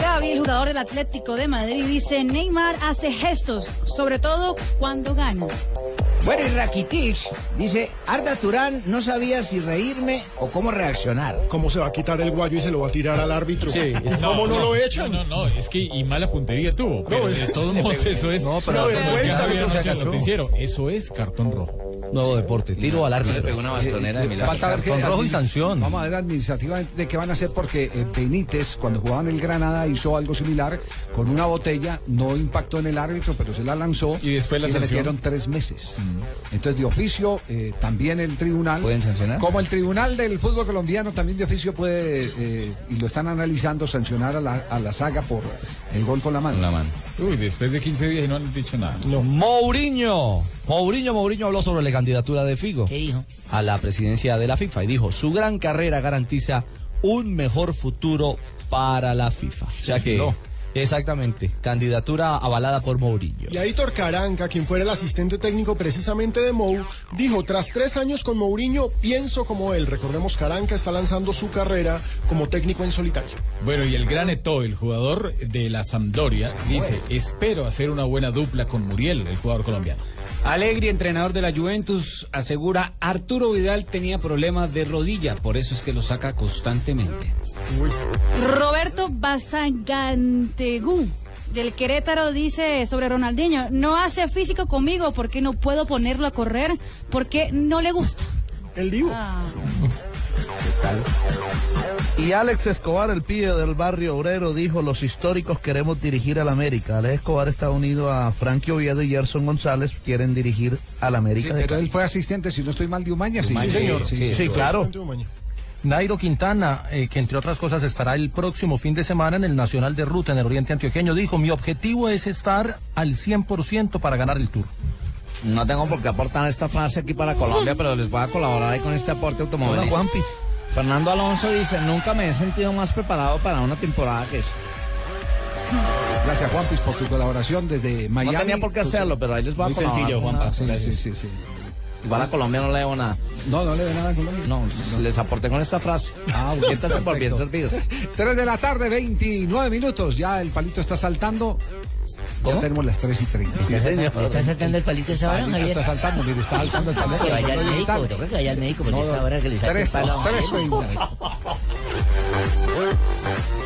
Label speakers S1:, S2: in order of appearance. S1: Gaby, el jugador del Atlético de Madrid, dice Neymar hace gestos, sobre todo cuando gana.
S2: Bueno, y Rakitic dice, Arda Turán no sabía si reírme o cómo reaccionar.
S3: ¿Cómo se va a quitar el guayo y se lo va a tirar al árbitro? ¿Cómo no, lo echan?
S4: No, no, es que y mala puntería tuvo. Pero
S3: No,
S4: de
S3: es-
S4: todos modos, eso es.
S5: No, pero-
S4: como
S3: Una vergüenza
S4: decía
S3: lo que
S4: Javier anoche
S5: se
S4: en el
S5: cachó.
S4: noticiero, Eso es cartón rojo.
S5: Nuevo deporte, tiro al árbitro.
S6: pegó una bastonera de milagro.
S7: Eh, Falta ver qué
S5: Con rojo y sanción.
S7: Vamos a ver administrativamente qué van a hacer porque eh, Benítez, cuando jugaba en el Granada, hizo algo similar con una botella, no impactó en el árbitro, pero se la lanzó
S4: Y después la
S7: le
S4: sanción.
S7: metieron tres meses. Entonces, de oficio, eh, también el tribunal.
S6: ¿Pueden sancionar?
S7: Como el tribunal del fútbol colombiano, también de oficio puede, eh, y lo están analizando, sancionar a la, a la saga por el gol con la mano.
S6: Con la mano.
S4: Uy, después de 15 días y no han dicho nada.
S5: Mourinho. Mourinho, Mourinho habló sobre la candidatura de Figo a la presidencia de la FIFA y dijo, su gran carrera garantiza un mejor futuro para la FIFA. O sea que,
S4: No.
S5: exactamente, candidatura avalada por Mourinho.
S3: Y Aitor Caranca, quien fuera el asistente técnico precisamente de Mou, dijo, tras tres años con Mourinho, pienso como él. Recordemos, Caranca está lanzando su carrera como técnico en solitario.
S4: Bueno, y el gran Eto, el jugador de la Sampdoria, dice: Espero hacer una buena dupla con Muriel, el jugador colombiano.
S6: Alegri, entrenador de la Juventus, asegura Arturo Vidal tenía problemas de rodilla, por eso es que lo saca constantemente.
S1: Roberto Basangantegú del Querétaro dice sobre Ronaldinho, no hace físico conmigo porque no puedo ponerlo a correr porque no le gusta.
S3: El Divo.
S1: Ah.
S8: Y Alex Escobar, el pibe del barrio obrero, dijo, los históricos queremos dirigir al América. Alex Escobar está unido a Frankie Oviedo y Gerson González, quieren dirigir al América. de
S7: Pero él fue asistente, si no estoy mal, de Umaña. Sí,
S3: Sí, señor.
S7: sí,
S8: sí, claro.
S5: Nairo Quintana, eh, que entre otras cosas estará el próximo fin de semana en el Nacional de Ruta en el Oriente Antioqueño, dijo, mi objetivo es estar al 100% para ganar el Tour.
S6: No tengo por qué aportar esta frase aquí para Colombia, pero les voy a colaborar ahí con este aporte
S8: Hola,
S6: automovilístico.
S8: Juanpis.
S6: Fernando Alonso dice, nunca me he sentido más preparado para una temporada que esta.
S7: Gracias, Juanpis, por tu colaboración desde
S6: No
S7: Miami.
S6: tenía por qué
S7: Pues,
S6: hacerlo, pero ahí les voy a Ah,
S4: Muy
S6: colaborar.
S4: sencillo,
S6: con
S4: Juanpa.
S6: una-
S7: Sí, sí, sí, sí.
S6: Igual a Colombia no le debo nada.
S7: No, no le ve nada a Colombia.
S6: No, les aporté con esta frase.
S7: Ah, bueno,
S6: Siéntanse por bien
S7: perfecto.
S6: servidos.
S7: 3 de la tarde, 29 minutos. Ya el palito está saltando. Ya tenemos las 3 y 30.
S6: Sí, señor.
S2: ¿Está saltando el palito esa hora,
S7: Palito está
S2: Javier?
S7: saltando, mire, está alzando el palito.
S2: Que vaya al
S7: Estoy
S2: médico,
S7: gritando.
S2: toca que vaya al médico, porque
S7: No,
S2: esta hora que le saque el
S7: tres,
S2: palo a
S7: tres
S2: Javier.
S7: treinta.